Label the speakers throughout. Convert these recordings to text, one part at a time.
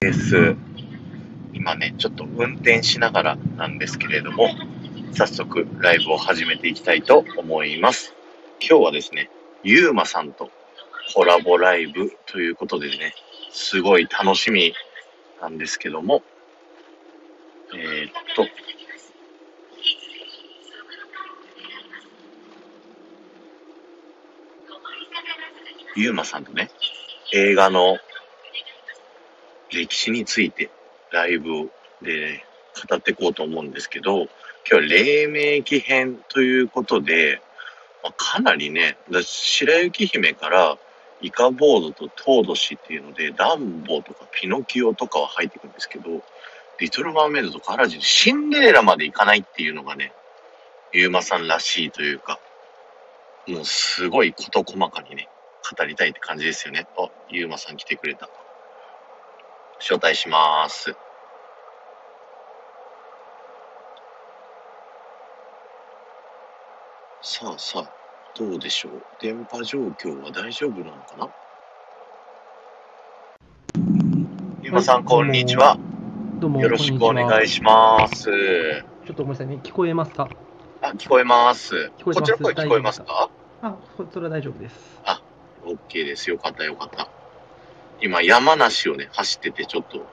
Speaker 1: です。今ね、ちょっと運転しながらなんですけれども、早速ライブを始めていきたいと思います。今日はですね、ゆうまさんとコラボライブということでね、すごい楽しみなんですけども、えーっと、ゆうまさんとね、映画の歴史についてライブで語っていこうと思うんですけど、今日は黎明期編ということで、まあ、かなりね、だ白雪姫からイカボードとトード氏っていうので、ダンボとかピノキオとかは入ってくるんですけど、リトル・マーメイドとかアラジン、シンデレラまでいかないっていうのがね、ユーマさんらしいというか、もうすごい事細かにね、語りたいって感じですよね。あ、ユーマさん来てくれた。招待します。さあさあ、どうでしょう。電波状況は大丈夫なのかなゆうまさん、こんにちは。
Speaker 2: どうも、
Speaker 1: よろしくお願い
Speaker 2: し
Speaker 1: します。
Speaker 2: ます。ちょっとごめんなさいね、聞こえますか
Speaker 1: あ、聞こえます。
Speaker 2: 聞
Speaker 1: こ
Speaker 2: こえて
Speaker 1: っち
Speaker 2: ます
Speaker 1: の声聞こえますか
Speaker 2: あ、そそれは大丈夫です。
Speaker 1: ?OK です。よかった、よかった。今、山梨をね、走ってて、ちょっと、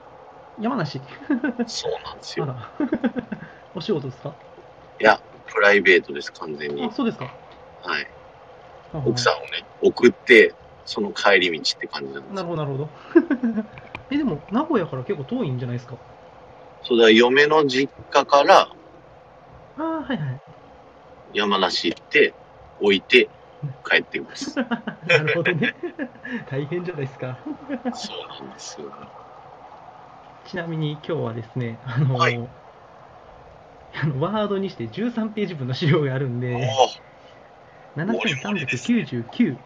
Speaker 2: 山梨、
Speaker 1: そうなんです
Speaker 2: あ
Speaker 1: よ。
Speaker 2: ら、 お仕事ですか
Speaker 1: いや、プライベートです、完全に
Speaker 2: あ、。そうですか。
Speaker 1: はい。
Speaker 2: あ
Speaker 1: 奥さんをね、送って、その帰り道って感じなんで
Speaker 2: な
Speaker 1: す
Speaker 2: る
Speaker 1: よ。
Speaker 2: ほど、なるほど。 え、でも、名古屋から結構遠いんじゃないですか
Speaker 1: それは嫁の実家から
Speaker 2: あー、はいはい。
Speaker 1: 山梨行って、置いて、帰ってき ます。そう
Speaker 2: なるほどね。 大変じゃないですか。
Speaker 1: なんですよ。
Speaker 2: ちなみに今日はですね、あの、
Speaker 1: はい
Speaker 2: あのワードにして13ページ分の資料があるんで、
Speaker 1: お
Speaker 2: 7399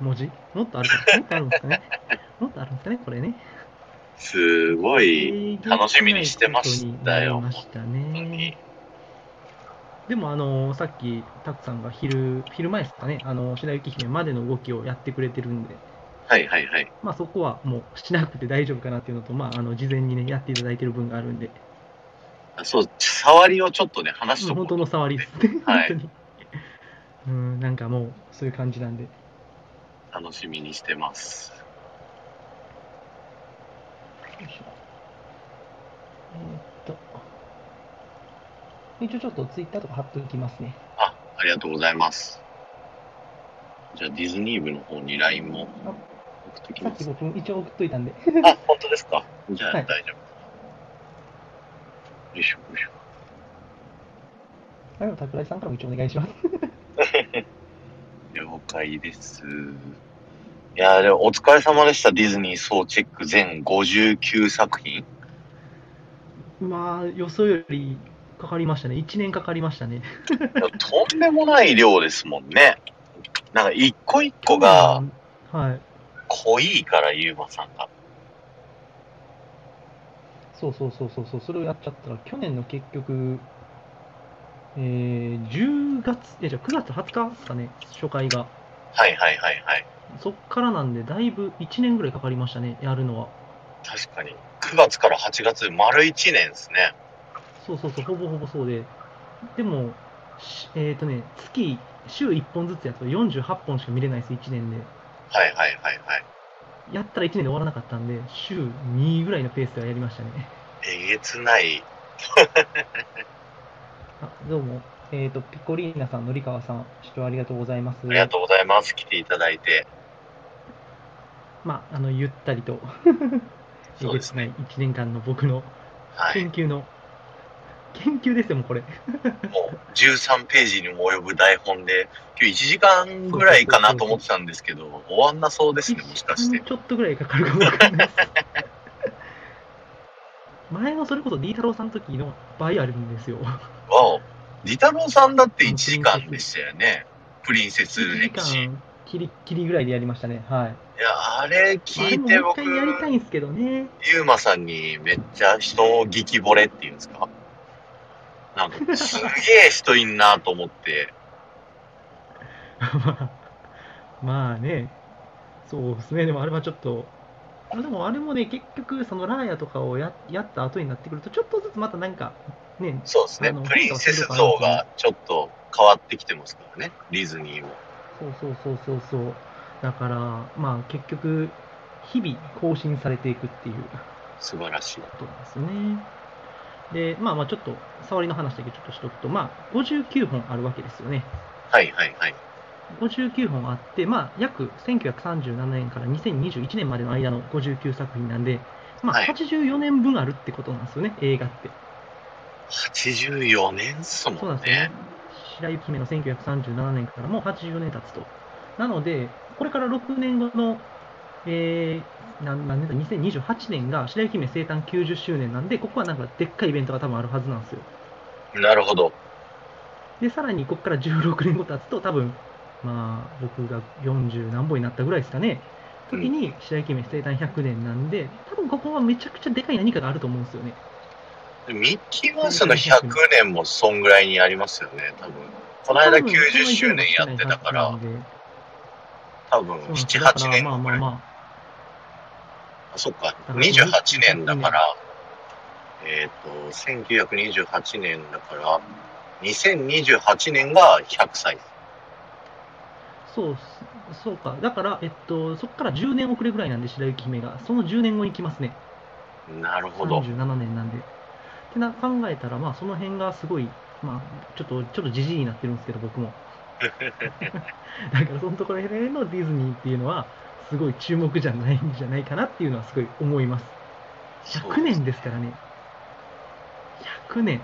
Speaker 2: 文字もっとあるか もっとあるんですかねもっとあるんですかねこれね。
Speaker 1: すごい、楽しみにしてましたよ
Speaker 2: えーできないことになり
Speaker 1: 本当
Speaker 2: ました
Speaker 1: に
Speaker 2: ね。でも、あのさっき、たくさんが昼、昼前ですかね、あの白雪姫までの動きをやってくれてるんで、
Speaker 1: はいはいはい。
Speaker 2: まあ、そこはもうしなくて大丈夫かなっていうのと、まあ、あの事前にね、やっていただいてる分があるんで、
Speaker 1: あそう、触りをちょっとね、話しとこ
Speaker 2: 本
Speaker 1: う
Speaker 2: 当の触りですね、
Speaker 1: はい
Speaker 2: 本当に。うん、なんかもう、そういう感じなんで。
Speaker 1: 楽しみにしてます。
Speaker 2: よいしょえーっと一応ちょっとツイッターとか貼っておきますね
Speaker 1: あ、ありがとうございます。じゃあ、ディズニー部の方に LINE も送ってき
Speaker 2: さっ
Speaker 1: ま
Speaker 2: き
Speaker 1: す。
Speaker 2: 僕も一応送っといたんで
Speaker 1: あ、本当ですか。じゃあ、
Speaker 2: は
Speaker 1: 大
Speaker 2: い
Speaker 1: 丈夫。よいしょ、よいしょ。
Speaker 2: あの桜井さんからも一応お願いします
Speaker 1: 了解です。いやーでもお疲れ様でした。ディズニー総チェック全59作品。
Speaker 2: まあ予想よりかかりましたね1年かかりましたね
Speaker 1: いやとんでもない量ですもんね。なんか一個一個が
Speaker 2: はい
Speaker 1: 濃いから、ゆうまさんが。
Speaker 2: そうそうそうそうそうそれをやっちゃったら去年の結局えー、10月えじゃあ9月20日ですかね初回が
Speaker 1: はいはいはいはい。
Speaker 2: そっからなんでだいぶ1年ぐらいかかりましたねやるのは
Speaker 1: 確かに。9月から8月、丸1年ですね。
Speaker 2: そうそうそう、ほぼほぼそうで、でも、しえっ、とね、月、週1本ずつやると48本しか見れないです、1年で。
Speaker 1: はいはいはいはい。
Speaker 2: やったら1年で終わらなかったんで、週2ぐらいのペースではやりましたね。
Speaker 1: えげつない。
Speaker 2: あどうも、えっ、と、ピコリーナさん、のりかわさん、視聴ありがとうございます。
Speaker 1: ありがとうございます。来ていただいて。
Speaker 2: まあ、あの、ゆったりと、
Speaker 1: そうですね。
Speaker 2: 1年間の僕の
Speaker 1: はい。
Speaker 2: 研究の、研究ですよ、もうこれ。
Speaker 1: もう13ページにも及ぶ台本で、今日1時間ぐらいかなと思ってたんですけど、終わんなそうですね、もしかして。
Speaker 2: ちょっとぐらいかかるかもわかんないです。前のそれこそ D 太郎さんの時の倍あるんですよ。
Speaker 1: わお。リタロウさんだって1時間でしたよね。プリンセス
Speaker 2: 1時
Speaker 1: 歴史。い
Speaker 2: 間キリッキリぐらいでやりましたね。はい。
Speaker 1: や、あれ聞いて
Speaker 2: あれもう
Speaker 1: 僕、
Speaker 2: 一回やりたいんですけどね。
Speaker 1: ユーマさんにめっちゃ人を激惚れっていうんですかなんか、すげえ人いんなと思って、
Speaker 2: まあね。そうですね。でもあれはちょっと、でもあれもね、結局、そのラーヤとかをややった後になってくると、ちょっとずつまたなんか、ね、
Speaker 1: そうですね
Speaker 2: あの。
Speaker 1: プリンセス像がちょっと変わってきてますからね。ディズニーも。
Speaker 2: そうそうそうそうそう、だから、まあ結局、日々更新されていくっていう
Speaker 1: 素晴らしい。
Speaker 2: ことなんですね。で、まあまあちょっと、触りの話だけちょっとしとくと、まあ59本あるわけですよね。
Speaker 1: はいはいはい。
Speaker 2: 59本あって、まあ、約1937年から2021年までの間の59作品なんで、まあ、
Speaker 1: はい
Speaker 2: 84年分あるってことなんですよね、映画って。
Speaker 1: 84年っす
Speaker 2: そう
Speaker 1: も
Speaker 2: なん
Speaker 1: ん
Speaker 2: ですよね
Speaker 1: ね。。
Speaker 2: 白雪姫の1937年からもう84年経つと。なので、これから6年後の、えー、なんなん年だ2028年が白雪姫生誕90周年なんで、ここはなんかでっかいイベントが多分あるはずなんですよ。
Speaker 1: なるほど。
Speaker 2: で、さらにここから16年後経つと、多分まあ、僕が40何本になったぐらいですかね、時に白雪姫生誕100年なんで、多分ここはめちゃくちゃでかい何かがあると思うんですよね。
Speaker 1: ミッキーマウスの100年もそんぐらいにありますよね、多分。この間
Speaker 2: 多分この
Speaker 1: 90周年やってたか
Speaker 2: そ
Speaker 1: ら
Speaker 2: う、なんで
Speaker 1: 多分
Speaker 2: す
Speaker 1: 7、
Speaker 2: よだから
Speaker 1: 8年
Speaker 2: まあ
Speaker 1: 後ぐ
Speaker 2: ま
Speaker 1: ら
Speaker 2: あ
Speaker 1: い。
Speaker 2: ま
Speaker 1: あそっか、
Speaker 2: だから
Speaker 1: 28年だから、えっと、1928年だから、2028年が100歳。
Speaker 2: あ、そうっす、そうか。だから、えっと、そこから10年遅れぐらいなんで、白雪姫が。その10年後に来ますね。
Speaker 1: なるほど。
Speaker 2: 37年なんで。ってな考えたら、まあ、その辺がすごい、まあ、ちょっと、ちょっとじじいになってるんですけど、僕も。だから、そのところ辺のディズニーっていうのは、すごい注目じゃないんじゃないかなっていうのは、すごい思います。100年ですからね。100年。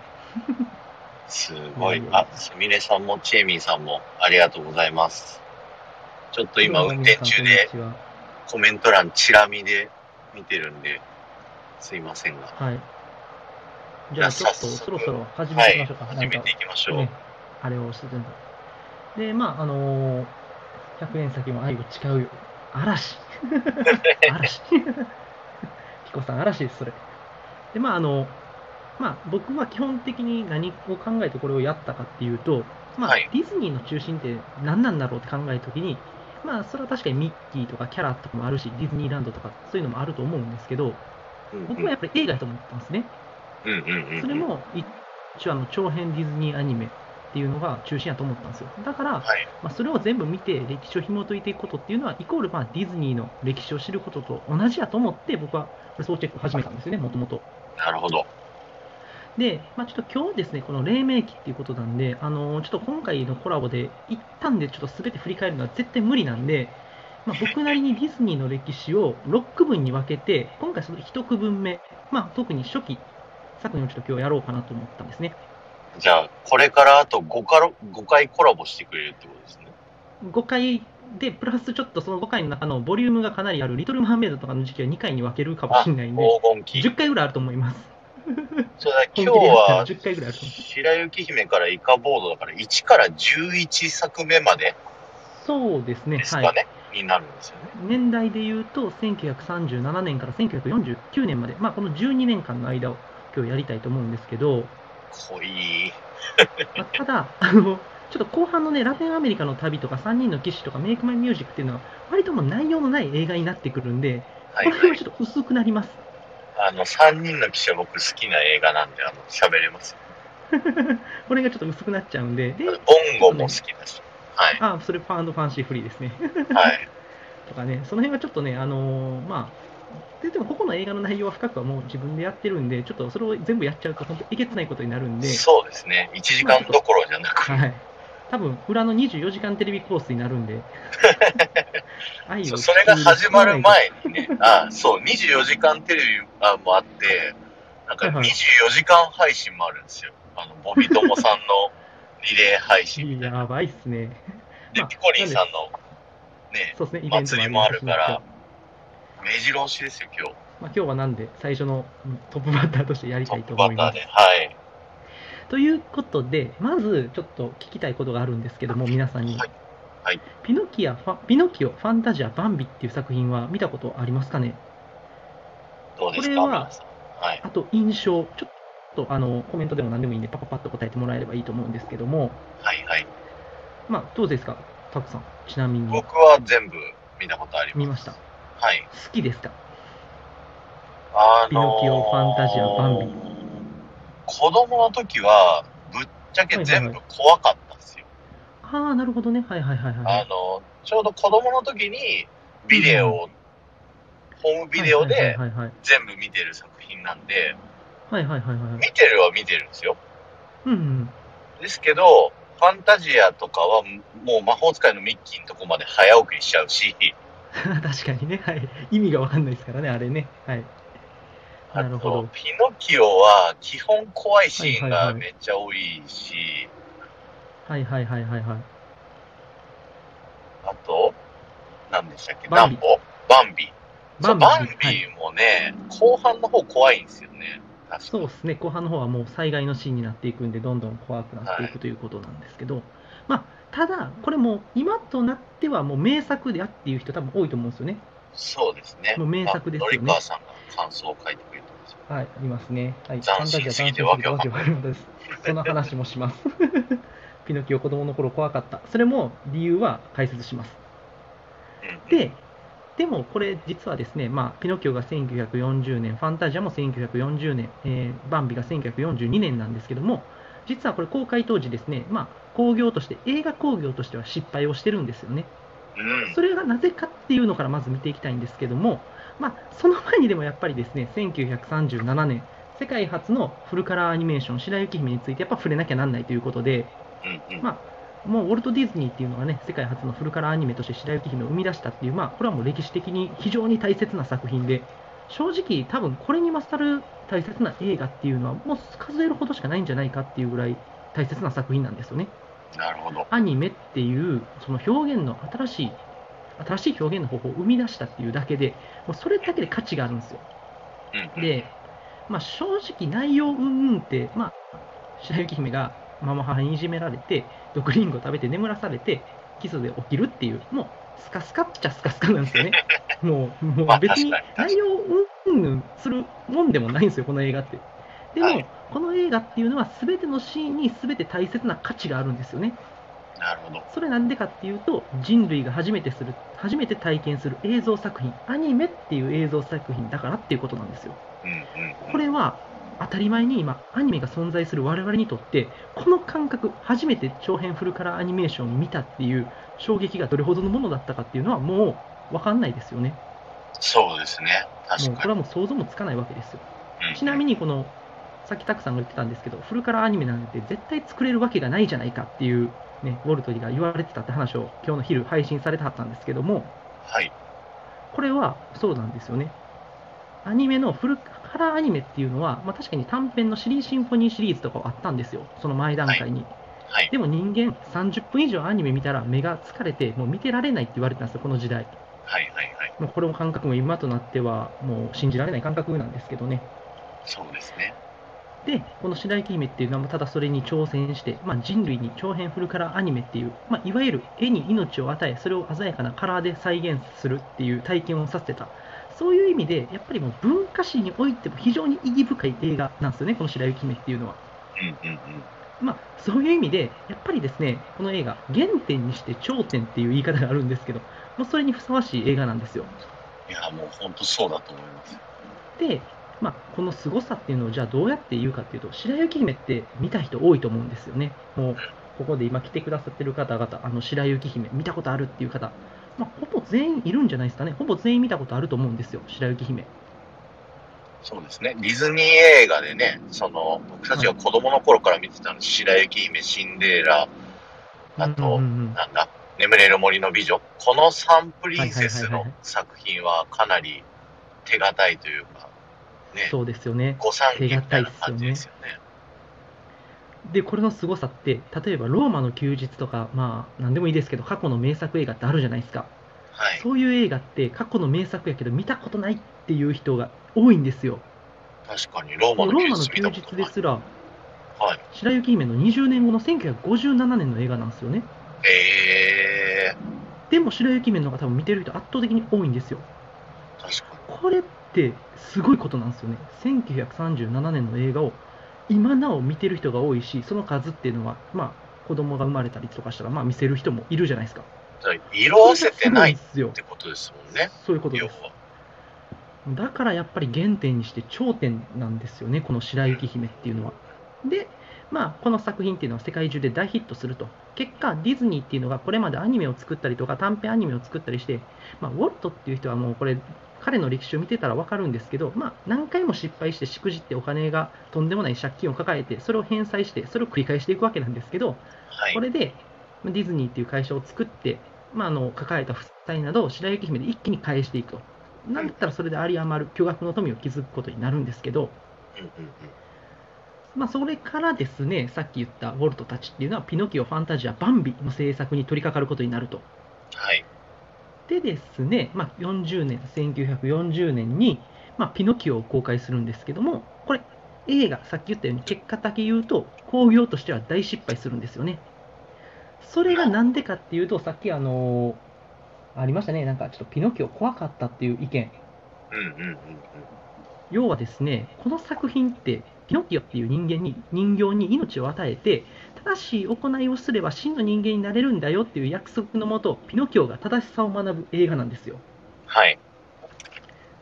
Speaker 1: すごい
Speaker 2: いや。いや
Speaker 1: あ、すみれさんもちえみんさんもありがとうございます。ちょっと今運転中で
Speaker 2: こんにちは。
Speaker 1: コメント欄チラ見で見てるんで、すいませんが。
Speaker 2: はい。じゃあ、ちょっと、
Speaker 1: 早速
Speaker 2: そろそろ始
Speaker 1: は
Speaker 2: めて
Speaker 1: い
Speaker 2: みましょうか。、
Speaker 1: 始めていきましょう
Speaker 2: ね。、あれをしてたんだ。で、まあ、あのー、100円先も愛を誓うよ。 嵐嵐ピコさん、嵐です、それ。で、まあ、あの、まあ、僕は基本的に何を考えてこれをやったかっていうと、まあ、
Speaker 1: はい
Speaker 2: ディズニーの中心って何なんだろうって考えるときに、まあ、それは確かにミッキーとかキャラとかもあるし、ディズニーランドとかそういうのもあると思うんですけど、
Speaker 1: うん
Speaker 2: 僕はやっぱり映画だと思ったんですね。
Speaker 1: うんうんうん。
Speaker 2: それも一応あの長編ディズニーアニメっていうのが中心やと思ったんですよ。だから、
Speaker 1: はい。
Speaker 2: まあ、それを全部見て歴史を紐解いていくことっていうのは、イコールまあディズニーの歴史を知ることと同じやと思って、僕はこれ総チェックを始めたんですよね、もともと。
Speaker 1: なるほど。
Speaker 2: で、まあ、ちょっと今日ですね、この黎明期っていうことなんで、あのーちょっと今回のコラボで、一旦でちょっと全て振り返るのは絶対無理なんで、まあ、僕なりにディズニーの歴史を6区分に分けて、今回その1区分目、まあ、特に初期作品をちょっと今日やろうかなと思ったんですね。
Speaker 1: じゃあ、これからあと5回五回コラボしてくれるってことですね。
Speaker 2: 5回で、プラスちょっとその5回の中のボリュームがかなりある、リトル・マーメイドとかの時期は2回に分けるかもしれないんで、
Speaker 1: 黄金期。
Speaker 2: 10回ぐらいあると思います。
Speaker 1: そうだ今日
Speaker 2: 本気でやったら
Speaker 1: は
Speaker 2: 10回ぐらいあると思う
Speaker 1: 白雪姫からイカボードだから1から11作目まで
Speaker 2: そうですね、
Speaker 1: です
Speaker 2: は
Speaker 1: か
Speaker 2: い。
Speaker 1: ね、になるんですよね。
Speaker 2: 年代で言うと、1937年から1949年まで、まあ、この12年間の間を今日やりたいと思うんですけど、
Speaker 1: 濃い。
Speaker 2: まあただ、あのちょっと後半の、ね、ラテンアメリカの旅とか、3人の騎士とか、メイクマイミュージックっていうのは、割ともう内容のない映画になってくるんで、
Speaker 1: は
Speaker 2: こ
Speaker 1: い
Speaker 2: の辺
Speaker 1: は。
Speaker 2: はいちょっと薄くなります。
Speaker 1: あの、3人の記者僕好きな映画なんで、あの、喋れますよ。
Speaker 2: これがちょっと薄くなっちゃうんで、で
Speaker 1: ボンゴも好きだし。はい。
Speaker 2: あそれパーファンシーフリーですね。
Speaker 1: はい。
Speaker 2: とかね、その辺はちょっとね、あのーまあ、ででもここの映画の内容は深くはもう自分でやってるんで、ちょっとそれを全部やっちゃうと、本当えげつないことになるんで。
Speaker 1: そうですね。1時間どころじゃなく、
Speaker 2: はい。多分裏の24時間テレビコースになる んで。愛
Speaker 1: そうそれが始まる前にね、あ、そう、24時間テレビあもあって、なんか
Speaker 2: はい
Speaker 1: 24
Speaker 2: はい
Speaker 1: 時間配信もあるんですよ。あの、ボビトモさんのリレー配信みたいな。
Speaker 2: やばいっすね。
Speaker 1: で、ピコリンさんの、ね、
Speaker 2: そうですね、イベント
Speaker 1: 祭りもあるから
Speaker 2: ま、
Speaker 1: 目白押しですよ、今日。
Speaker 2: あ今日はなんで、最初のうんトップバッターとしてやり
Speaker 1: ト
Speaker 2: た
Speaker 1: ッ
Speaker 2: いと
Speaker 1: プバ
Speaker 2: 思
Speaker 1: ッ
Speaker 2: い
Speaker 1: ター
Speaker 2: ます
Speaker 1: で。。はい。
Speaker 2: ということで、まずちょっと聞きたいことがあるんですけども、皆さんに。
Speaker 1: はいはい
Speaker 2: ピノキアファピノキオ、ファンタジア、バンビっていう作品は見たことありますかね
Speaker 1: どうですか、
Speaker 2: これは
Speaker 1: 皆さん。はい。
Speaker 2: あと印象、ちょっとあのコメントでも何でもいいんで、パパパッと答えてもらえればいいと思うんですけども、
Speaker 1: はい、はい。
Speaker 2: まあ、どうですか、タクさん、ちなみに
Speaker 1: 僕は全部見たことあります。
Speaker 2: 見ました。好
Speaker 1: はい。
Speaker 2: きですか
Speaker 1: あ
Speaker 2: ピノキオファンタジアバンビ
Speaker 1: 子供の時は、ぶっちゃけ全部怖かったんですよ。
Speaker 2: ああ、なるほどね。はいはいはいは
Speaker 1: あ
Speaker 2: い。
Speaker 1: の、ちょうど子供の時に、ビデオを、ホームビデオで
Speaker 2: はいはい
Speaker 1: 全部見てる作品なんで、
Speaker 2: はいはい。はいはいはいはいはい。
Speaker 1: 見てるは見てるんですよ。
Speaker 2: うんうん。
Speaker 1: ですけど、ファンタジアとかはもう魔法使いのミッキーのとこまで早送りしちゃうし、
Speaker 2: 確かにね。はい。意味がわかんないですからね、あれね。はい。
Speaker 1: あ
Speaker 2: なるほ
Speaker 1: と
Speaker 2: ど、。
Speaker 1: ピノキオは基本怖いシーン
Speaker 2: はいはい
Speaker 1: が
Speaker 2: はい
Speaker 1: めっちゃ多いし、
Speaker 2: はいはいはいはいはい。
Speaker 1: あと、何でしたっけ、
Speaker 2: バ
Speaker 1: ダ
Speaker 2: ンビ
Speaker 1: ンボバンビ。そ
Speaker 2: バ
Speaker 1: う
Speaker 2: ンビ
Speaker 1: バンビ
Speaker 2: はい。
Speaker 1: もね、後半の方怖いんですよね。確か
Speaker 2: そうですね。後半の方はもう災害のシーンになっていくんで、どんどん怖くなっていくということなんですけど、まあ、ただ、これもう今となってはもう名作であっていう人多分多いと思うんですよね。
Speaker 1: そうですね。
Speaker 2: もう名作ですよね
Speaker 1: まあのりかわさんが感想を書いてくれてますよ。
Speaker 2: はい、ありますね。はい、
Speaker 1: 斬新すぎてわけわかん
Speaker 2: ない。です。その話もします。 ピノキオ子供の頃怖かった。それも理由は解説します。
Speaker 1: うん、
Speaker 2: で、でもこれ実はですね、まあ、ピノキオが1940年、ファンタジアも1940年、えーバンビが1942年なんですけども、実はこれ公開当時ですね、まあ、興行として、映画興行としては失敗をしてるんですよね。
Speaker 1: うん
Speaker 2: それがなぜかっていうのからまず見ていきたいんですけども、まあ、その前にでもやっぱりですね1937年世界初のフルカラーアニメーション「白雪姫」についてやっぱ触れなきゃなんないということで、
Speaker 1: うんうん
Speaker 2: まあ、もうウォルト・ディズニーっていうのがね世界初のフルカラーアニメとして白雪姫を生み出したっていう、まあ、これはもう歴史的に非常に大切な作品で正直多分これに勝る大切な映画っていうのはもう数えるほどしかないんじゃないかっていうぐらい大切な作品なんですよね。
Speaker 1: なるほど。
Speaker 2: アニメっていうその表現の新しい新しい表現の方法を生み出したっていうだけでもうそれだけで価値があるんですよ
Speaker 1: うんうん
Speaker 2: で、まあ、正直内容うんうんって、まあ、白雪姫がママ母にいじめられて毒リンゴ食べて眠らされてキスで起きるっていうもうスカスカっちゃスカスカな んですよねもうもう
Speaker 1: まあ
Speaker 2: 別に
Speaker 1: 確かに
Speaker 2: 内容うんうんするもんでもないんですよこの映画ってでも、
Speaker 1: はい
Speaker 2: この映画っていうのは全てのシーンに全て大切な価値があるんですよね
Speaker 1: なるほど。
Speaker 2: それなんでかっていうと人類が初めてする初めて体験する映像作品アニメっていう映像作品だからっていうことなんですよ
Speaker 1: うんうんうん
Speaker 2: これは当たり前に今アニメが存在する我々にとってこの感覚初めて長編フルカラーアニメーションを見たっていう衝撃がどれほどのものだったかっていうのはもう分かんないですよね
Speaker 1: そうですね。確
Speaker 2: もうこ
Speaker 1: か
Speaker 2: れ
Speaker 1: に。
Speaker 2: はもう想像もつかないわけですよ
Speaker 1: うん
Speaker 2: ちなみにこのさっきたくさんが言ってたんですけどフルカラーアニメなんて絶対作れるわけがないじゃないかっていう、ね、ウォルトが言われてたって話を今日の昼配信されてはったんですけども
Speaker 1: はい。
Speaker 2: これはそうなんですよねアニメのフルカラーアニメっていうのは、まあ、確かに短編のシリーシンフォニーシリーズとかはあったんですよその前段階に、
Speaker 1: はい。
Speaker 2: でも人間30分以上アニメ見たら目が疲れてもう見てられないって言われてたんですよこの時代
Speaker 1: はいはいはい。
Speaker 2: もうこれも感覚も今となってはもう信じられない感覚なんですけどね
Speaker 1: そうですね。
Speaker 2: で、この白雪姫っていうのは、ただそれに挑戦して、まあ、人類に長編フルカラーアニメっていう、まあ、いわゆる絵に命を与え、それを鮮やかなカラーで再現するっていう体験をさせてた、そういう意味で、やっぱりもう文化史においても非常に意義深い映画なんですよね、この白雪姫っていうのは。
Speaker 1: うんうんうん。
Speaker 2: まあ、そういう意味で、やっぱりですね、この映画、原点にして頂点っていう言い方があるんですけど、もうそれにふさわしい映画なんですよ。
Speaker 1: いや、もう本当そうだと思います。
Speaker 2: で、まあ、この凄さっていうのをじゃあどうやって言うかっていうと白雪姫って見た人多いと思うんですよねもうここで今来てくださってる方々あの白雪姫見たことあるっていう方、まあ、ほぼ全員いるんじゃないですかねほぼ全員見たことあると思うんですよ白雪姫
Speaker 1: そうですね。ディズニー映画でね、その、僕たちが子供の頃から見てたの、白雪姫、シンデレラ、あと
Speaker 2: うんうんうん
Speaker 1: なんだ、眠れる森の美女。この3プリンセス
Speaker 2: はいはいはい
Speaker 1: の
Speaker 2: はい
Speaker 1: 作品はかなり手堅いというか、ね、
Speaker 2: そうですよね
Speaker 1: ご三家みたいな感じですよね。
Speaker 2: でこれの凄さって例えば「ローマの休日」とかまあ何でもいいですけど過去の名作映画ってあるじゃないですか
Speaker 1: はい。
Speaker 2: そういう映画って過去の名作やけど見たことないっていう人が多いんですよ
Speaker 1: 確かに、ロー
Speaker 2: ロ
Speaker 1: マの休
Speaker 2: ーマの
Speaker 1: 日見
Speaker 2: 休
Speaker 1: たこと
Speaker 2: 日
Speaker 1: な
Speaker 2: で
Speaker 1: い。
Speaker 2: すら
Speaker 1: はい。
Speaker 2: 白雪姫の20年後の1957年の映画なんですよね
Speaker 1: え
Speaker 2: でも白雪姫の方が多分見てる人圧倒的に多いんですよ
Speaker 1: ー、確か
Speaker 2: これってすごいことなんですよね1937年の映画を今なお見てる人が多いしその数っていうのはまあ子供が生まれたりとかしたらまあ見せる人もいるじゃないですか
Speaker 1: に。色あせてない
Speaker 2: それがすごんですよ
Speaker 1: ってことですもんね。
Speaker 2: そういうこと
Speaker 1: 要
Speaker 2: です
Speaker 1: は。
Speaker 2: だからやっぱり原点にして頂点なんですよね、この白雪姫っていうのは。で、まあ、この作品っていうのは世界中で大ヒットすると、結果、ディズニーっていうのがこれまでアニメを作ったりとか、短編アニメを作ったりして、まあ、ウォルトっていう人はもうこれ、彼の歴史を見てたら分かるんですけど、まあ、何回も失敗して、しくじってお金がとんでもない借金を抱えて、それを返済して、それを繰り返していくわけなんですけど、
Speaker 1: はい
Speaker 2: こ。れでまあディズニーっていう会社を作って、まあ、あの抱えた負債などを白雪姫で一気に返していくと。なんだったらそれで有り余る巨額の富を築くことになるんですけど、
Speaker 1: うんうんうん
Speaker 2: まあ、それからですねさっき言ったウォルトたちっていうのはピノキオ、ファンタジア、バンビの制作に取り掛かることになると。
Speaker 1: はい。
Speaker 2: でですね、まあ、40年1940年に、まあ、ピノキオを公開するんですけどもこれ映画さっき言ったように結果だけ言うと興行としては大失敗するんですよねそれがなんでかっていうとさっきあのーありましたねなんかちょっとピノキオ怖かったっていう意見
Speaker 1: うんうんうんうん。
Speaker 2: 要はですねこの作品ってピノキオっていう人間に人形に命を与えて正しい行いをすれば真の人間になれるんだよっていう約束のもとピノキオが正しさを学ぶ映画なんですよ
Speaker 1: はい。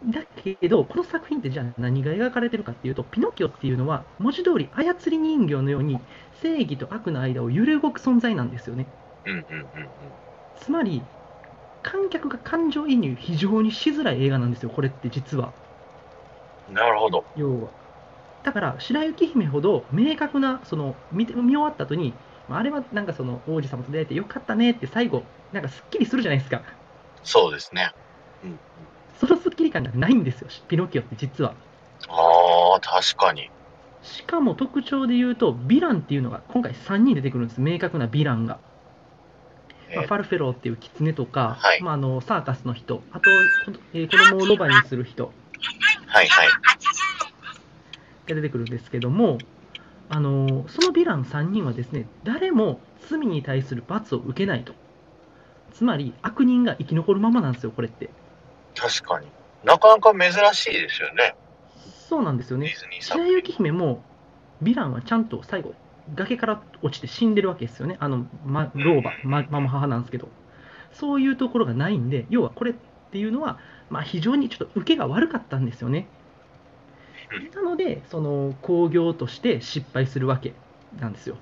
Speaker 2: だけど、この作品ってじゃあ何が描かれてるかっていうと、ピノキオっていうのは文字通り操り人形のように正義と悪の間を揺れ動く存在なんですよね。
Speaker 1: うんうんうんうん。
Speaker 2: つまり、観客が感情移入非常にしづらい映画なんですよ、これって実は。
Speaker 1: なるほど。
Speaker 2: 要は。だから、白雪姫ほど明確な、その見て見終わった後に、まああれはなんかその王子様と出会えてよかったねって最後、なんかすっきりするじゃないですか。
Speaker 1: そうですね。うんうん。
Speaker 2: そのすっきり感がないんですよ、ピノキオって実は。
Speaker 1: ああ、確かに。
Speaker 2: しかも特徴で言うと、ヴィランっていうのが今回3人出てくるんです、明確なヴィランが。
Speaker 1: え
Speaker 2: まあ
Speaker 1: ー
Speaker 2: ファルフェローっていう狐とか、
Speaker 1: はい
Speaker 2: まあ、あのサーカスの人、あと、こえー子供をロバにする人
Speaker 1: はいはい。
Speaker 2: が出てくるんですけども、あのーそのヴィラン3人はですね、誰も罪に対する罰を受けないと。つまり、悪人が生き残るままなんですよ、これって。
Speaker 1: 確かに。なかなか珍しいですよね。
Speaker 2: そうなんですよ
Speaker 1: デ
Speaker 2: ね
Speaker 1: ィ。ズニーさん。
Speaker 2: 白雪姫も、ヴィランはちゃんと最後、崖から落ちて死んでるわけですよね、あの、ま、老婆、ま、ママ母なんですけど、そういうところがないんで、要はこれっていうのは、まあ、非常にちょっと受けが悪かったんですよね
Speaker 1: うん。
Speaker 2: なので、その興行として失敗するわけなんですよ。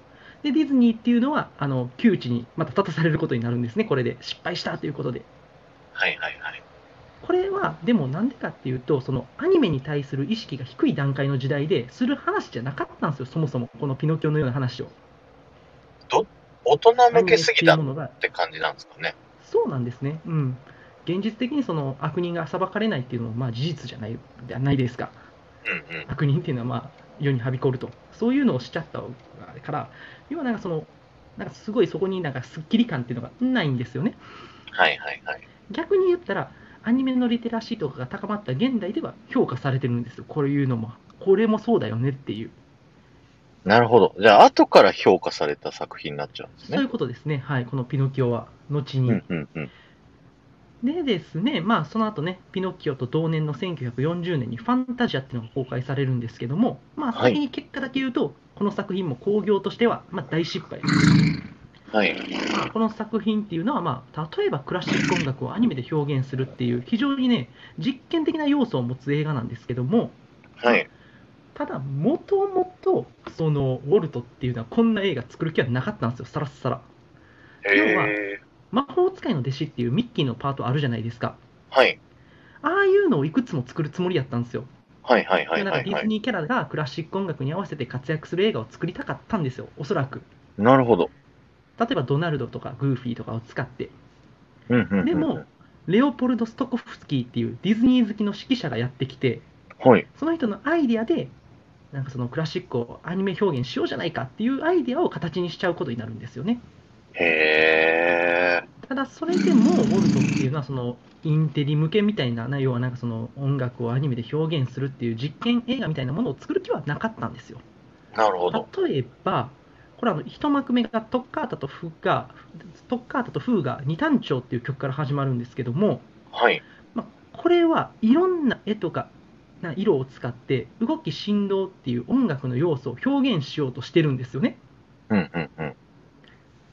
Speaker 2: で、ディズニーっていうのは、あの窮地にまた立たされることになるんですね、これで、失敗したということで。
Speaker 1: はいはいはい。
Speaker 2: これはでもなんでかっていうとそのアニメに対する意識が低い段階の時代でする話じゃなかったんですよそもそもこのピノキオのような話を
Speaker 1: 大人向けすぎ
Speaker 2: ア
Speaker 1: た
Speaker 2: ニ
Speaker 1: っ
Speaker 2: メっていうものが
Speaker 1: て感じなんですかね。
Speaker 2: そうなんですねうん現実的にその悪人が裁かれないっていうのもまあ事実じゃないじゃないですか
Speaker 1: うんうん。
Speaker 2: 悪人っていうのはまあ世にはびこるとそういうのをしちゃったから要はなんかそのなんかすごいそこになんかスッキリ感っていうのがないんですよね
Speaker 1: はいはいはい。
Speaker 2: 逆に言ったらアニメのリテラシーとかが高まった現代では評価されてるんですよこういうのもこれもそうだよねっていう
Speaker 1: なるほど。じゃあ、後から評価された作品になっちゃうんです
Speaker 2: そうい
Speaker 1: ね
Speaker 2: う。ことですねはいこのピノキオは後に、
Speaker 1: うんうんうん。
Speaker 2: でですねまあその後ねピノキオと同年の1940年にファンタジアっていうのが公開されるんですけどもまあ
Speaker 1: はい
Speaker 2: 先に結果だけ言うと、この作品も興行としては、まあ、大失敗
Speaker 1: はい。
Speaker 2: まあこの作品っていうのは、まあ、例えばクラシック音楽をアニメで表現するっていう非常にね実験的な要素を持つ映画なんですけども、
Speaker 1: はい。
Speaker 2: ただ、もともと、その、ウォルトっていうのはこんな映画作る気はなかったんですよ、さらっさら。
Speaker 1: へえ。
Speaker 2: 魔法使いの弟子っていうミッキーのパートあるじゃないですか。
Speaker 1: はい。
Speaker 2: ああいうのをいくつも作るつもりやったんですよ。
Speaker 1: はいはいはい
Speaker 2: で
Speaker 1: は
Speaker 2: なんかデ
Speaker 1: い、
Speaker 2: ィ
Speaker 1: は
Speaker 2: ズ
Speaker 1: い。
Speaker 2: ニーキャラがクラシック音楽に合わせて活躍する映画を作りたかったんですよ、おそらく。
Speaker 1: なるほど。
Speaker 2: 例えばドナルドとかグーフィーとかを使って。
Speaker 1: うんうんうんうん
Speaker 2: でも、、レオポルド・ストコフスキーっていうディズニー好きの指揮者がやってきて、
Speaker 1: はい。
Speaker 2: その人のアイディアで、なんかそのクラシックをアニメ表現しようじゃないかっていうアイディアを形にしちゃうことになるんですよね。
Speaker 1: へえ。
Speaker 2: ただそれでもウォルトっていうのはそのインテリ向けみたいな要はなんかその音楽をアニメで表現するっていう実験映画みたいなものを作る気はなかったんですよ
Speaker 1: なるほど。
Speaker 2: 例えばこれあの一幕目がトッカータとフーガトッカータとフーガ二単調っていう曲から始まるんですけども、
Speaker 1: はい。
Speaker 2: まあ、これはいろんな絵とかな色を使って動き振動っていう音楽の要素を表現しようとしてるんですよね
Speaker 1: うんうんうん。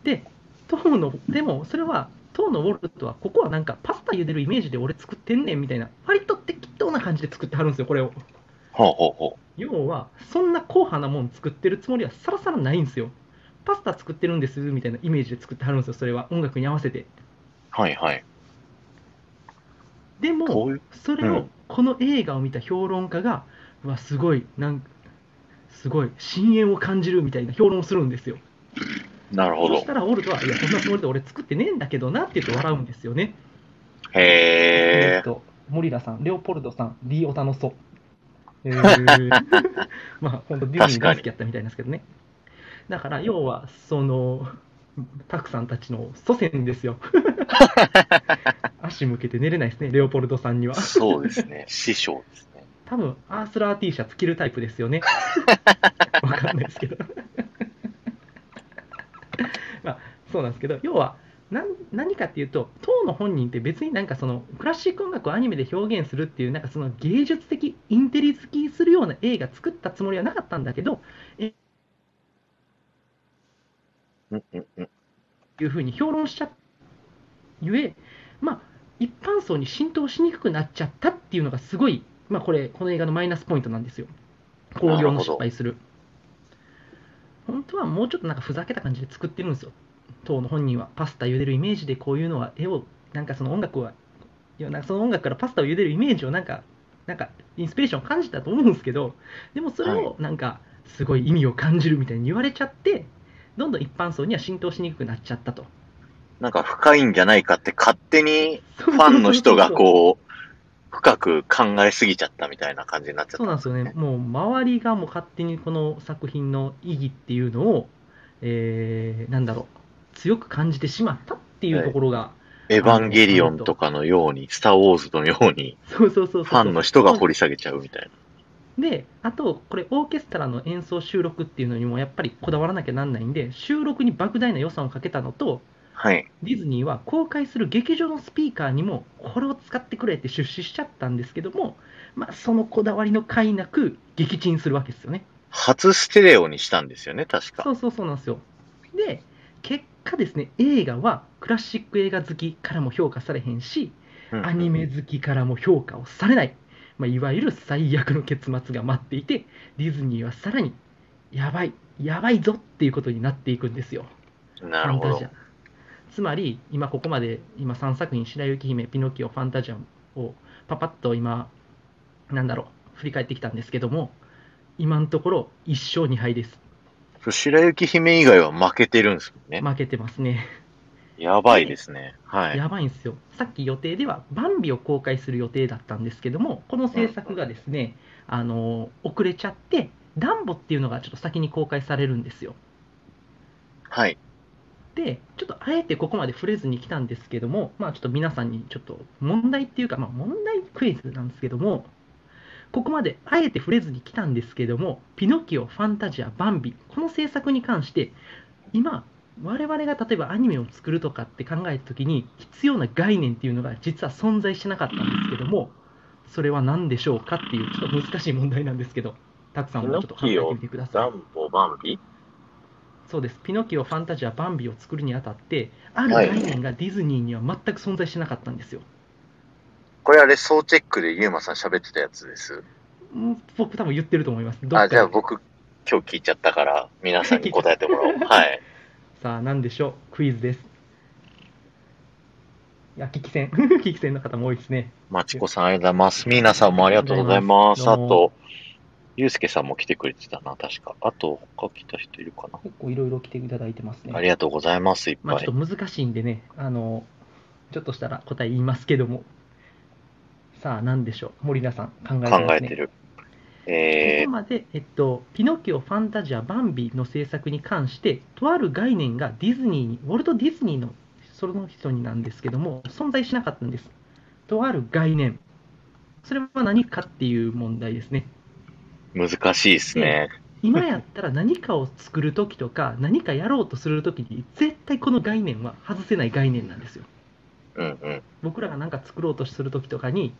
Speaker 2: で、当の、でもそれは、当のウォルトは、ここはなんかパスタ茹でるイメージで俺作ってんねんみたいな、割と適当当な感じで作ってはるんですよ、これを。
Speaker 1: ほうほうほ
Speaker 2: 要は、そんな硬派なもん作ってるつもりはさらさらないんですよ。パスタ作ってるんですみたいなイメージで作ってはるんですよ、それは。音楽に合わせて。
Speaker 1: う。はいはい。
Speaker 2: でも、
Speaker 1: こういう。
Speaker 2: それ
Speaker 1: う
Speaker 2: を
Speaker 1: ん
Speaker 2: この映画を見た評論家が、うわすごいなんすごい深淵を感じるみたいな評論をするんですよ
Speaker 1: なるほ
Speaker 2: そ
Speaker 1: ど
Speaker 2: し。たらオルトはいやそんなつもりで俺作ってねえんだけどなって言うと笑うんですよねえ
Speaker 1: へ
Speaker 2: っ
Speaker 1: え。
Speaker 2: とモリラさんレオポルドさんリオタのソえーまあ本当ディズニー大好きやったみたいなんですけどねだから要はそのタクさんたちの祖先ですよ足向けて寝れないですねレオポルドさんには
Speaker 1: そうです ね。師匠ですね。
Speaker 2: 多分アースラー T シャツ着るタイプですよね。わかんないですけど。 まあ、そうなんですけど、要は何何かっていうと、当の本人って別になんかそのクラシック音楽をアニメで表現するっていう、なんかその芸術的、インテリ好きするような映画作ったつもりはなかったんだけど、え
Speaker 1: うんうんうん。
Speaker 2: いうふうに評論しちゃっゆえ、まあ、一般層に浸透しにくくなっちゃったっていうのがすごい、まあ、これ、この映画のマイナスポイントなんですよ。興行の失敗する。本当はもうちょっとなんかふざけた感じで作ってるんですよ。当の本人はパスタ茹でるイメージでこういうのは絵をなんかその音楽はいやなんかその音楽からパスタを茹でるイメージをなんかなんかインスピレーションを感じたと思うんですけどでもそれをなんかすごい意味を感じるみたいに言われちゃってどんどん一般層には浸透しにくくなっちゃったと
Speaker 1: なんか深いんじゃないかって勝手にファンの人がこう、深く考えすぎちゃったみたいな感じになっちゃった。
Speaker 2: そうなんですよね、。もう周りがもう勝手にこの作品の意義っていうのを、えーなんだろう、強く感じてしまったっていうところが、
Speaker 1: エヴァンゲリオンとかのように、スターウォーズのように、
Speaker 2: そうそうそうそう
Speaker 1: ファンの人が掘り下げちゃうみたいな。
Speaker 2: で、あと、これ、オーケストラの演奏収録っていうのにもやっぱりこだわらなきゃなんないんで、収録に莫大な予算をかけたのと、
Speaker 1: はい。
Speaker 2: ディズニーは公開する劇場のスピーカーにも、これを使ってくれって出資しちゃったんですけども、まあ、そのこだわりの甲斐なく、撃沈するわけですよね。
Speaker 1: 初ステレオにしたんですよね、確か。
Speaker 2: そうそうそうなんですよ。で、結果ですね、映画はクラシック映画好きからも評価されへんし、
Speaker 1: うんうん
Speaker 2: アニメ好きからも評価をされない、まあ、いわゆる最悪の結末が待っていて、ディズニーはさらにやばい、やばいぞっていうことになっていくんですよ、
Speaker 1: なるほ
Speaker 2: ファンタ
Speaker 1: ど
Speaker 2: ジ。ア。つまり、今ここまで今3作品、白雪姫、ピノキオ、ファンタジアをパパッと今、なんだろう、振り返ってきたんですけども、今のところ1勝2敗です。
Speaker 1: そう白雪姫以外は負けてるんですもんね。
Speaker 2: 負けてますね。
Speaker 1: やばいですね。はい。
Speaker 2: やばいんですよ、さっき予定ではバンビを公開する予定だったんですけども、この制作がですね、あの遅れちゃって、ダンボっていうのがちょっと先に公開されるんですよ。
Speaker 1: はい。
Speaker 2: で、ちょっとあえてここまで触れずに来たんですけども、まあ、ちょっと皆さんにちょっと問題っていうか、まあ、問題クイズなんですけども、ここまであえて触れずに来たんですけども、ピノキオ、ファンタジア、バンビ、この制作に関して、今、我々が例えばアニメを作るとかって考えたときに、必要な概念っていうのが実は存在してなかったんですけども、それは何でしょうかっていう、ちょっと難しい問題なんですけど、たくさんもちょっと考えてみてください。
Speaker 1: ンボ、バンビ
Speaker 2: そうです、ピノキオ、ファンタジア、バンビを作るにあたって、ある
Speaker 1: はい
Speaker 2: 概念がディズニーには全く存在してなかったんですよ。
Speaker 1: これあれ、総チェックでユーマさん喋ってたやつです。
Speaker 2: うん僕、多分言ってると思います。どっか
Speaker 1: あ、
Speaker 2: で
Speaker 1: じゃあ僕、今日聞いちゃったから、皆さんに答えても らおう。はい。
Speaker 2: さあ、なんでしょう、クイズです。いや、聞き戦、 聞き戦の方も多いですね。
Speaker 1: まちこさん、ありがとうございます。みーなさんもありがとうございます。
Speaker 2: あ
Speaker 1: あ
Speaker 2: りがとうご
Speaker 1: と、ゆうすけさんも来てくれてたな、確か。あと、他来た人いるかな。
Speaker 2: 結構いろいろ来ていただいてますね。
Speaker 1: ありがとうございます、いっ
Speaker 2: まあ、
Speaker 1: ぱ
Speaker 2: ち
Speaker 1: い。
Speaker 2: ょっと難しいんでね、あの、ちょっとしたら答え言いますけども。さあ、なんでしょう、森田さん、考えてますね。
Speaker 1: 考えてる。え
Speaker 2: ここまで、えっと、ピノキオ、ファンタジア、バンビの制作に関して、とある概念がディズニーに、ウォルト・ディズニーのその人になんですけども、存在しなかったんです。とある概念。それは何かっていう問題ですね。
Speaker 1: ー、難しいですね。
Speaker 2: 今やったら何かを作るときとか、何かやろうとするときに、絶対この概念は外せない概念なんですよ。
Speaker 1: うんうん。
Speaker 2: 僕らが何か作ろうとするときとかに、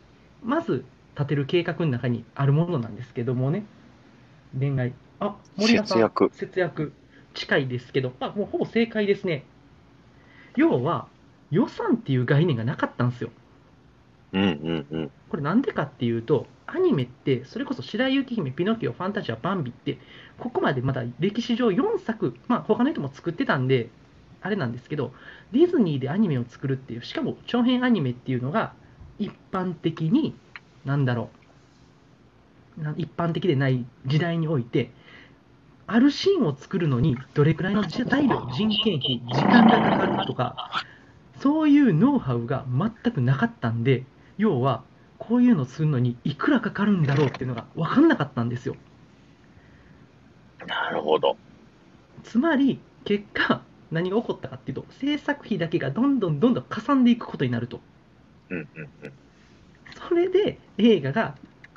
Speaker 2: まず立てる計画の中にあるものなんですけどもね、恋愛。あ、森田さ
Speaker 1: 節
Speaker 2: ん、
Speaker 1: 約
Speaker 2: 節約近いですけど、まあ、もうほぼ正解ですね。要は、予算っていう概念がなかったんですよ。
Speaker 1: うんうんうん。
Speaker 2: これなんでかっていうと、アニメって、それこそ白雪姫、ピノキオ、ファンタジア、バンビって、ここまでまだ歴史上4作、まあ他の人も作ってたんで、あれなんですけど、ディズニーでアニメを作るっていう、しかも長編アニメっていうのが、一般的に、なんだろう、な一般的でない時代において、あるシーンを作るのに、どれくらいの材料、人件費、時間がかかるとか、そういうノウハウが全くなかったんで、要は、こういうのするのにいくらかかるんだろうっていうのが分かんなかったんですよ。
Speaker 1: なるほど。
Speaker 2: つまり、結果、何が起こったかっていうと、制作費だけがどんどんどんどんかさんでいくことになると。
Speaker 1: うんうんうん。
Speaker 2: それで映画が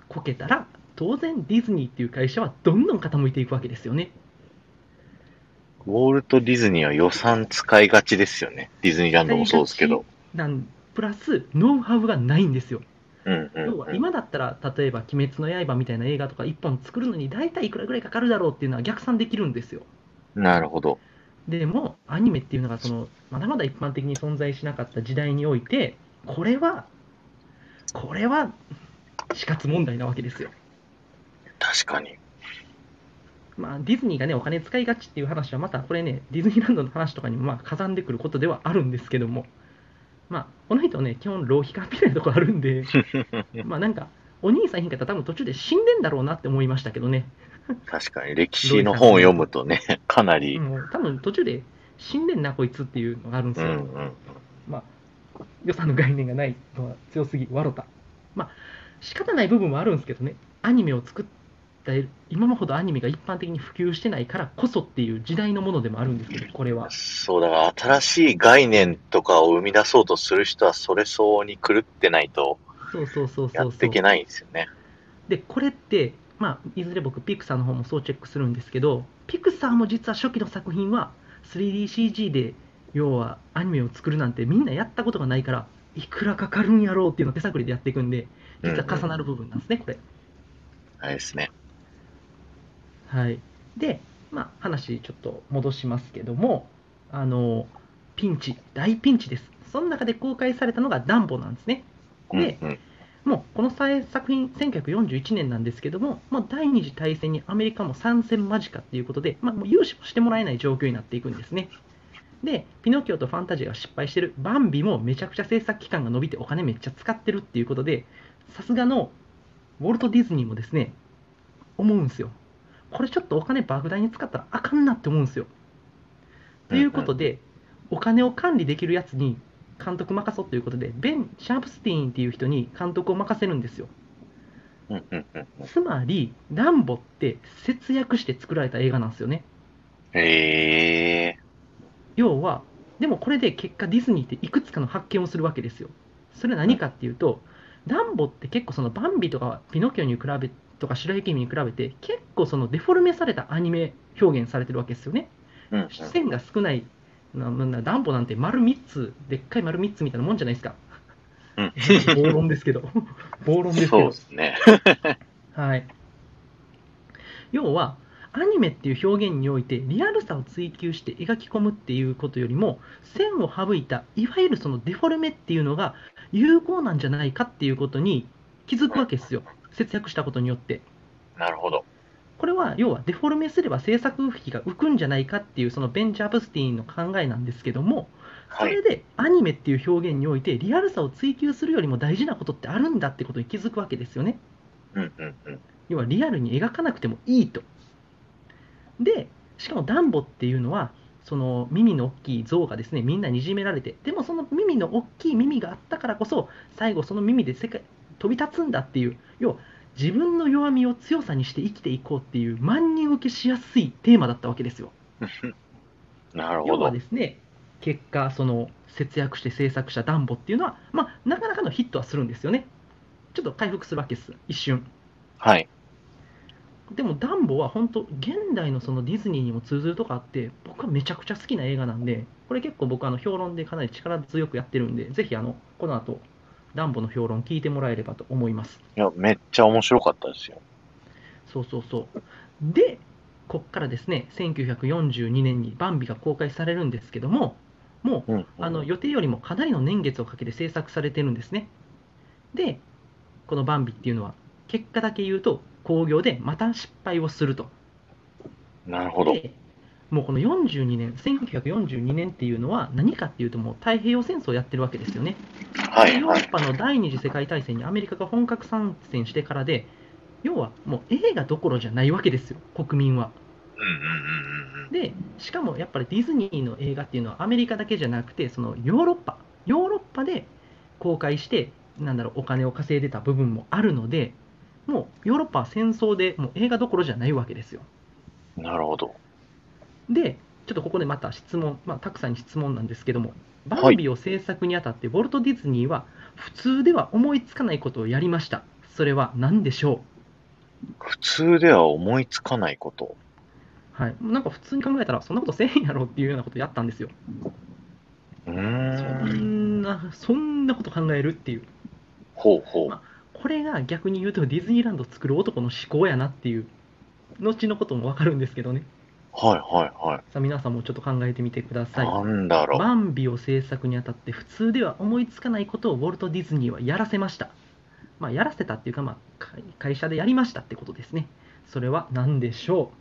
Speaker 2: こけたら、当然ディズニーっていう会社はどんどん傾いていくわけですよね。
Speaker 1: ウォルト・ディズニーは予算使いがちですよね。ディズニーランドもそうですけど。
Speaker 2: なんプラス、ノウハウがないんですよ。
Speaker 1: うんうん、
Speaker 2: 要
Speaker 1: う
Speaker 2: は
Speaker 1: ん。
Speaker 2: 今だったら、例えば「鬼滅の刃」みたいな映画とか1本作るのに大体いくらぐらいかかるだろうっていうのは逆算できるんですよ。
Speaker 1: なるほど。
Speaker 2: でもアニメっていうのがそのまだまだ一般的に存在しなかった時代においてこれはこれは死活問題なわけですよ、
Speaker 1: 確かに。
Speaker 2: まあ、ディズニーがねお金使いがちっていう話はまたこれねディズニーランドの話とかにもまあ挟んでくることではあるんですけどもまあこの人ね基本浪費家みたいなとこあるんでまあなんかお兄さんいひんかったら多分途中で死んでんだろうなって思いましたけどね
Speaker 1: 確かに。歴史の本を読むとね、かなり。
Speaker 2: もう多分途中で死んでんなこいつっていうのがあるんで
Speaker 1: う
Speaker 2: す
Speaker 1: ん
Speaker 2: よ、
Speaker 1: うん。
Speaker 2: まあ、予算の概念がないのは強すぎ、わろた。まあ、仕方ない部分もあるんですけどね、アニメを作った、今ほどアニメが一般的に普及してないからこそっていう時代のものでもあるんですけど、これは。
Speaker 1: そう、だから新しい概念とかを生み出そうとする人はそれ相応に狂ってないと
Speaker 2: そうそうそう
Speaker 1: や
Speaker 2: そう
Speaker 1: って
Speaker 2: そう
Speaker 1: いけ。ないんですよね。
Speaker 2: で、これって、まあ、いずれ僕、ピクサーの方もそうチェックするんですけど、ピクサーも実は初期の作品は 3DCG で、要はアニメを作るなんてみんなやったことがないから、いくらかかるんやろうっていうのを手探りでやっていくんで、実は重なる部分なんですね、これ。
Speaker 1: あれですね。
Speaker 2: はい、で、まあ、話ちょっと戻しますけどもあのピンチ大ピンチですその中で公開されたのがダンボなんですねで
Speaker 1: うんうん、
Speaker 2: もうこの際作品1941年なんですけどももう第二次大戦にアメリカも参戦間近っていうことで、まあ、もう融資もしてもらえない状況になっていくんですねでピノキオとファンタジアが失敗してるバンビもめちゃくちゃ制作期間が伸びてお金めっちゃ使ってるっていうことでさすがのウォルト・ディズニーもですね思うんですよこれちょっとお金莫大に使ったらあかんなって思うんですよということで、お金を管理できるやつに監督任そうということで、ベン・シャープスティーンっていう人に監督を任せるんですよ。
Speaker 1: うんうんうん。
Speaker 2: つまり、ランボって節約して作られた映画なんですよね。
Speaker 1: ええ
Speaker 2: 要は、でもこれで結果ディズニーっていくつかの発見をするわけですよ。それは何かっていうと、ランボって結構そのバンビとかピノキオに比べとか白雪姫に比べて結構そのデフォルメされたアニメ表現されてるわけですよね。
Speaker 1: うんうん。
Speaker 2: 線が少ない、ななんだダンボなんて丸3つ、でっかい丸3つみたいなもんじゃないですか。
Speaker 1: うん
Speaker 2: 暴論ですけど、暴論ですけ
Speaker 1: そう
Speaker 2: ど
Speaker 1: で、すね。
Speaker 2: はい、要は、アニメっていう表現において、リアルさを追求して描き込むっていうことよりも、線を省いた、いわゆるそのデフォルメっていうのが有効なんじゃないかっていうことに気づくわけですよ、節約したことによって。
Speaker 1: なるほど。
Speaker 2: これは要はデフォルメすれば制作費が浮くんじゃないかっていうそのベンチャープスティーンの考えなんですけども、そ
Speaker 1: はい
Speaker 2: れ。でアニメっていう表現においてリアルさを追求するよりも大事なことってあるんだってことに気づくわけですよね。
Speaker 1: うんうんうん。
Speaker 2: 要はリアルに描かなくてもいいと。で、しかもダンボっていうのは、その耳の大きい像がですね、みんなにいじめられて、でもその耳の大きい耳があったからこそ、最後その耳で世界飛び立つんだっていう、要は自分の弱みを強さにして生きていこうっていう、万人受けしやすいテーマだったわけですよ。
Speaker 1: なるほ
Speaker 2: 要
Speaker 1: ど
Speaker 2: はで。すね、結果、その節約して制作したダンボっていうのは、まあ、なかなかのヒットはするんですよね。ちょっと回復するわけです、一瞬。
Speaker 1: はい。
Speaker 2: でもダンボは本当現代のそのディズニーにも通ずるとこあって僕はめちゃくちゃ好きな映画なんでこれ結構僕あの評論でかなり力強くやってるんでぜひあのこの後ダンボの評論聞いてもらえればと思います
Speaker 1: いや、めっちゃ面白かったですよ。
Speaker 2: そうそうそうでこっからですね1942年にバンビが公開されるんですけどももう
Speaker 1: うん、うん。
Speaker 2: あの予定よりもかなりの年月をかけて制作されてるんですねでこのバンビっていうのは結果だけ言うと興行でまた失敗をすると
Speaker 1: なるほど。
Speaker 2: でもうこの42年1942年っていうのは何かっていうともう太平洋戦争をやってるわけですよね
Speaker 1: はい
Speaker 2: ヨーロ
Speaker 1: は
Speaker 2: ッ
Speaker 1: い。
Speaker 2: パの第二次世界大戦にアメリカが本格参戦してからで要はもう映画どころじゃないわけですよ国民は
Speaker 1: うんうんうんうんうん。
Speaker 2: でしかもやっぱりディズニーの映画っていうのはアメリカだけじゃなくてそのヨーロッパヨーロッパで公開してなんだろうお金を稼いでた部分もあるのでもうヨーロッパは戦争でもう映画どころじゃないわけですよ
Speaker 1: なるほど。
Speaker 2: でちょっとここでまた質問、まあ、たくさんに質問なんですけどもバンビを制作にあたってウォルト・ディズニーは普通では思いつかないことをやりましたそれは何でしょ
Speaker 1: 普通では思いつかないこと。
Speaker 2: う、はい、なんか普通に考えたらそんなことせえへんやろっていうようなことやったんですよ
Speaker 1: う
Speaker 2: そ
Speaker 1: ーん。
Speaker 2: んなそんなこと考えるっていう
Speaker 1: ほうほう。
Speaker 2: これが逆に言うとディズニーランドを作る男の思考やなっていう後のことも分かるんですけどね
Speaker 1: はいはいはい。
Speaker 2: さあ皆さんもちょっと考えてみてください
Speaker 1: なんだろう。
Speaker 2: バンビを制作にあたって普通では思いつかないことをウォルト・ディズニーはやらせました、まあ、やらせたっていうか、まあ、会会社でやりましたってことですねそれは何でしょ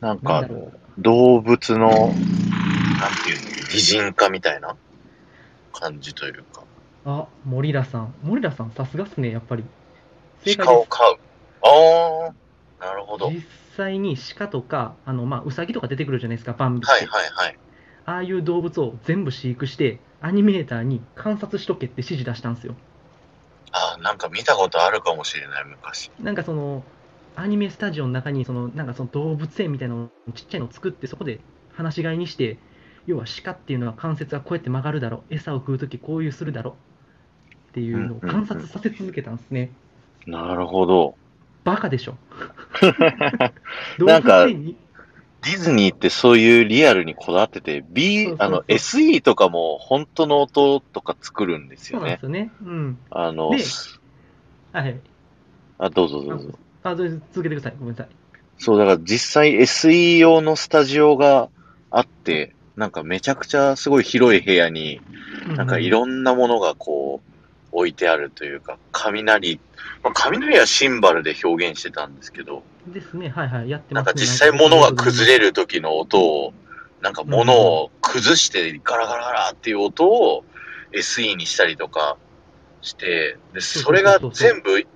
Speaker 1: なん
Speaker 2: うな
Speaker 1: か
Speaker 2: んだ、ろ
Speaker 1: 動物の、なんていうの、擬人化みたいな感じというか。
Speaker 2: うあ森田さん森田さんさすがっすねやっぱり正
Speaker 1: 鹿を
Speaker 2: 解
Speaker 1: 飼う。ああ、なるほど。はい
Speaker 2: です実際に鹿とかあの、まあ、ウサギとか出てくるじゃないですかバンビって、
Speaker 1: はいはい。
Speaker 2: ああいう動物を全部飼育してアニメーターに観察しとけって指示出したんですよ
Speaker 1: ああ、なんか見たことあるかもしれない、昔。
Speaker 2: なんかそのアニメスタジオの中にそのなんかその動物園みたいなのちっちゃいのを作ってそこで放し飼いにして要は鹿っていうのは関節がこうやって曲がるだろ餌を食う時こういうするだろっていうのを観察させ続けたんですね、
Speaker 1: なるほど。
Speaker 2: バカ でしょ動
Speaker 1: なんか
Speaker 2: 物園に
Speaker 1: ディズニーってそういうリアルにこだわってて、
Speaker 2: そう
Speaker 1: B
Speaker 2: そう、そう
Speaker 1: あの、SE とかも本当の音とか作るんです
Speaker 2: そう
Speaker 1: よ
Speaker 2: なんで
Speaker 1: ね
Speaker 2: す。よねうん
Speaker 1: あの
Speaker 2: で、はい
Speaker 1: あ、どうぞどうぞ。
Speaker 2: あどうぞ続けてくださいごめんなさい
Speaker 1: そう、だから実際 SE 用のスタジオがあって、なんかめちゃくちゃすごい広い部屋に、なんかいろんなものがこう、置いてあるというか、雷、まあ、雷はシンバルで表現してたんですけど、
Speaker 2: ですねはいはいやって
Speaker 1: な
Speaker 2: ま
Speaker 1: ん
Speaker 2: す、
Speaker 1: か
Speaker 2: ね、
Speaker 1: 実際物が崩れ
Speaker 2: る
Speaker 1: る時の音を、なんか物を崩してガラガラガラっていう音を SE にしたりとかして、で、それが全部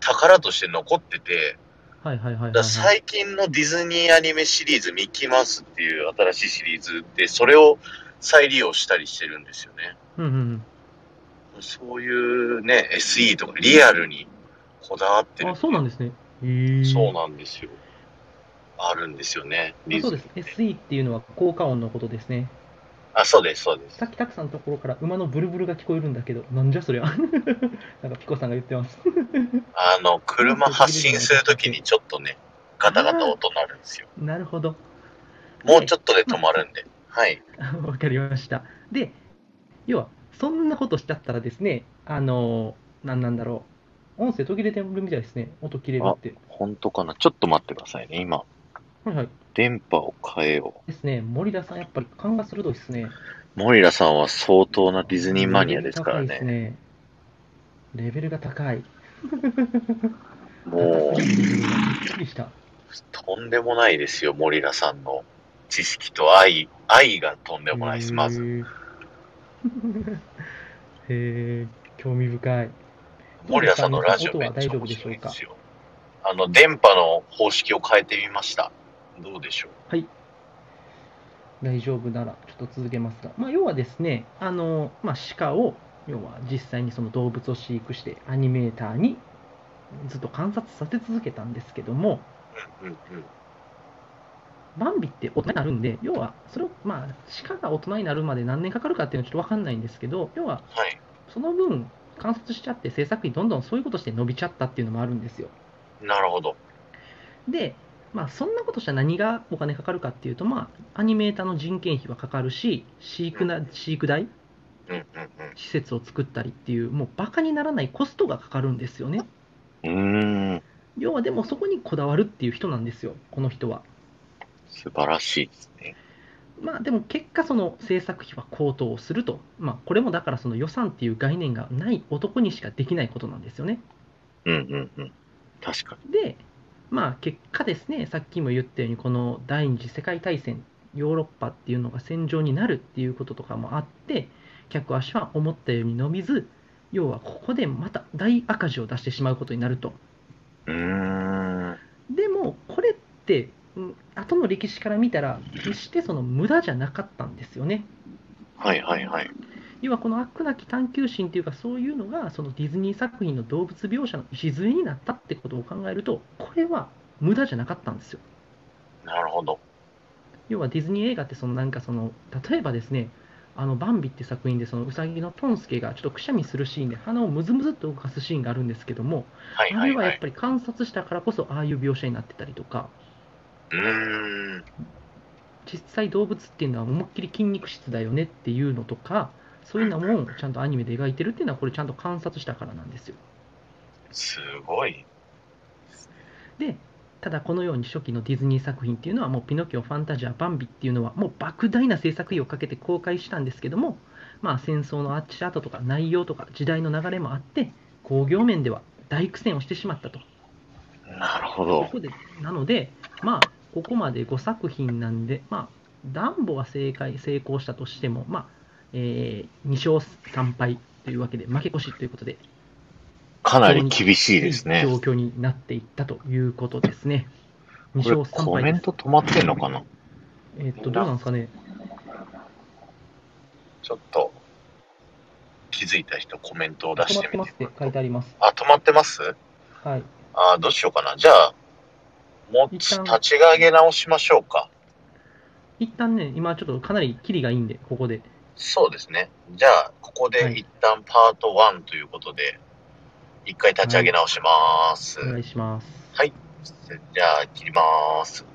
Speaker 1: 宝として残ってて、
Speaker 2: はいはいはいはい、
Speaker 1: だか
Speaker 2: は
Speaker 1: ら
Speaker 2: い、
Speaker 1: 最近のディズニーアニメシリーズミッキーマウスっていう新しいシリーズで、それを再利用したりしてるんですよね。
Speaker 2: うんうんうん
Speaker 1: そういうね、SE とかリアルにこだわってる。
Speaker 2: あそうなんですねへー
Speaker 1: そうなんですよ。あるんですよね。
Speaker 2: あ
Speaker 1: リズ
Speaker 2: そうです SE っていうのは効果音のことですね
Speaker 1: あ、そうです、そうです
Speaker 2: さ。っきたくさんのところから馬のブルブルが聞こえるんだけどなんじゃそ りゃなんかピコさんが言ってます
Speaker 1: あの、車発進するときにちょっとね、ガタガタ音鳴るんですよ。
Speaker 2: なるほど
Speaker 1: もうちょっとで止まるんで。はい。
Speaker 2: わかりましたで要はそんなことしちゃったらですねあのなんなんだろう音声途切れてるみたいですね音切れるって
Speaker 1: 本当かなちょっと待ってくださいね。今、
Speaker 2: はいはい
Speaker 1: 電波を変えよ
Speaker 2: ですね森田さんやっぱり勘が鋭いですね
Speaker 1: う。モリラさんは相当なディズニーマニアですからね。
Speaker 2: レベルが高いですねレベル
Speaker 1: も
Speaker 2: が高
Speaker 1: う
Speaker 2: い、びっくりした
Speaker 1: とんでもないですよ。モリラさんの知識と愛、愛がとんでもないです、まず。
Speaker 2: へー。へー興味深い。
Speaker 1: 森田さんのラジオめっちゃ面白いんですよ。あの、電波の方式を変えてみました。どうでしょう
Speaker 2: 大丈夫なら、ちょっと続けますが、まあ、要はですね、あのまあ、鹿を、要は実際にその動物を飼育して、アニメーターにずっと観察させ続けたんですけども、
Speaker 1: うんうん。
Speaker 2: バンビって大人になるんで、要はそれを、まあ、鹿が大人になるまで何年かかるかっていうのはちょっと分かんないんですけど、要は
Speaker 1: はい。
Speaker 2: その分、観察しちゃって、制作費どんどんそういうことして伸びちゃったっていうのもあるんですよ。
Speaker 1: なるほど。
Speaker 2: で、まあ、そんなことしたら何がお金かかるかっていうと、まあ、アニメーターの人件費はかかるし飼育な飼育代
Speaker 1: うんうん
Speaker 2: 施設を作ったりっていうもうバカにならないコストがかかるんですよね
Speaker 1: うん。うーん。
Speaker 2: 要はでもそこにこだわるっていう人なんですよこの人は
Speaker 1: 素晴らしいですね。
Speaker 2: まあでも結果その制作費は高騰すると、まあ、これもだからその予算っていう概念がない男にしかできないことなんですよね。
Speaker 1: うんうんうん。確か
Speaker 2: で、まあ、結果ですね、さっきも言ったように、この第二次世界大戦、ヨーロッパっていうのが戦場になるっていうこととかもあって、客足は思ったように伸びず、要はここでまた大赤字を出してしまうことになると。
Speaker 1: に。うーん。
Speaker 2: でも、これって、うん後の歴史から見たら、決してその無駄じゃなかったんですよね。
Speaker 1: はいはいはい。
Speaker 2: 要はこの飽くなき探求心というかそういうのがそのディズニー作品の動物描写の礎になったってことを考えるとこれは無駄じゃなかったんですよ
Speaker 1: なるほど。
Speaker 2: 要はディズニー映画ってそのなんかその例えばですねあのバンビって作品でそのウサギのポンスケがちょっとくしゃみするシーンで鼻をムズムズっと動かすシーンがあるんですけども
Speaker 1: はい
Speaker 2: あ
Speaker 1: はい
Speaker 2: れは
Speaker 1: は
Speaker 2: やっ
Speaker 1: い。
Speaker 2: ぱり観察したからこそああいう描写になってたりとか
Speaker 1: うーん。
Speaker 2: 実際動物っていうのは思いっきり筋肉質だよねっていうのとかそういうのもちゃんとアニメで描いてるっていうのはこれちゃんと観察したからなんですよ
Speaker 1: すごい。
Speaker 2: でただこのように初期のディズニー作品っていうのはもうピノキオ、ファンタジア、バンビっていうのはもう莫大な制作費をかけて公開したんですけども、まあ、戦争の足跡とか内容とか時代の流れもあって興行面では大苦戦をしてしまったと
Speaker 1: なるほ
Speaker 2: こ
Speaker 1: ど。
Speaker 2: こでなので、まあ、ここまで5作品なんで、まあ、ダンボは正解成功したとしても、まあえ2勝3敗というわけで負け越しということで
Speaker 1: かなり厳しいですね。
Speaker 2: 状況になっていったということですね。2
Speaker 1: これ
Speaker 2: 勝3
Speaker 1: コ
Speaker 2: 敗
Speaker 1: メ
Speaker 2: です
Speaker 1: ント止まってんのかな
Speaker 2: えーっと、どうなんですかね。
Speaker 1: ちょっと気づいた人コメントを出
Speaker 2: 止
Speaker 1: し
Speaker 2: ま
Speaker 1: て
Speaker 2: って
Speaker 1: み
Speaker 2: ま
Speaker 1: て
Speaker 2: す。って書いてあります。
Speaker 1: あ、止まってます
Speaker 2: はい。
Speaker 1: あーどうしようかな。じゃあ、もう
Speaker 2: 一
Speaker 1: 立
Speaker 2: 旦
Speaker 1: ち上げ直しましょうか。
Speaker 2: 一旦ね、今ちょっとかなりキリがいいんで、ここで。
Speaker 1: そうですね。じゃあ、ここ
Speaker 2: は
Speaker 1: で
Speaker 2: い
Speaker 1: 一旦パート1ということで、一回立ち上げ直します。
Speaker 2: お願いします。
Speaker 1: じゃあ、切ります。